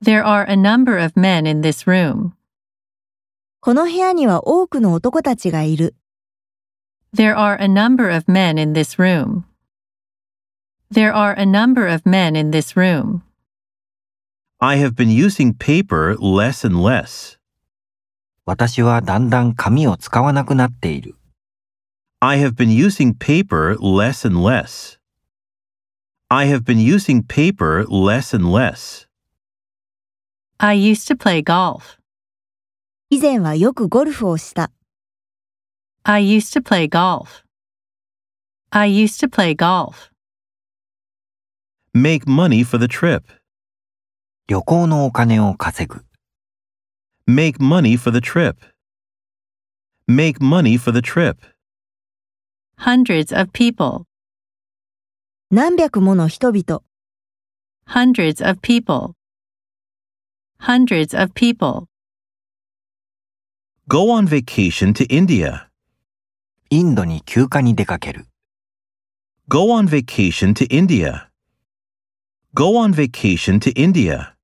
There are a number of men in this room. この部屋には多くの男たちがいる。 There are a number of men in this room. There are a number of men in this room. I have been using paper less and less. 私はだんだん紙を使わなくなっている。 I have been using paper less and less. I have been using paper less and less. I used to play golf. 以前はよくゴルフをした。 I used to play golf. I used to play golf. Make money for the trip. 旅行のお金を稼ぐ。 Make money for the trip. Make money for the trip. Hundreds of people. 何百もの人々。 Hundreds of people. Hundreds of people. Go on vacation to India. インドに休暇に出かける。 Go on vacation to India. Go on vacation to India.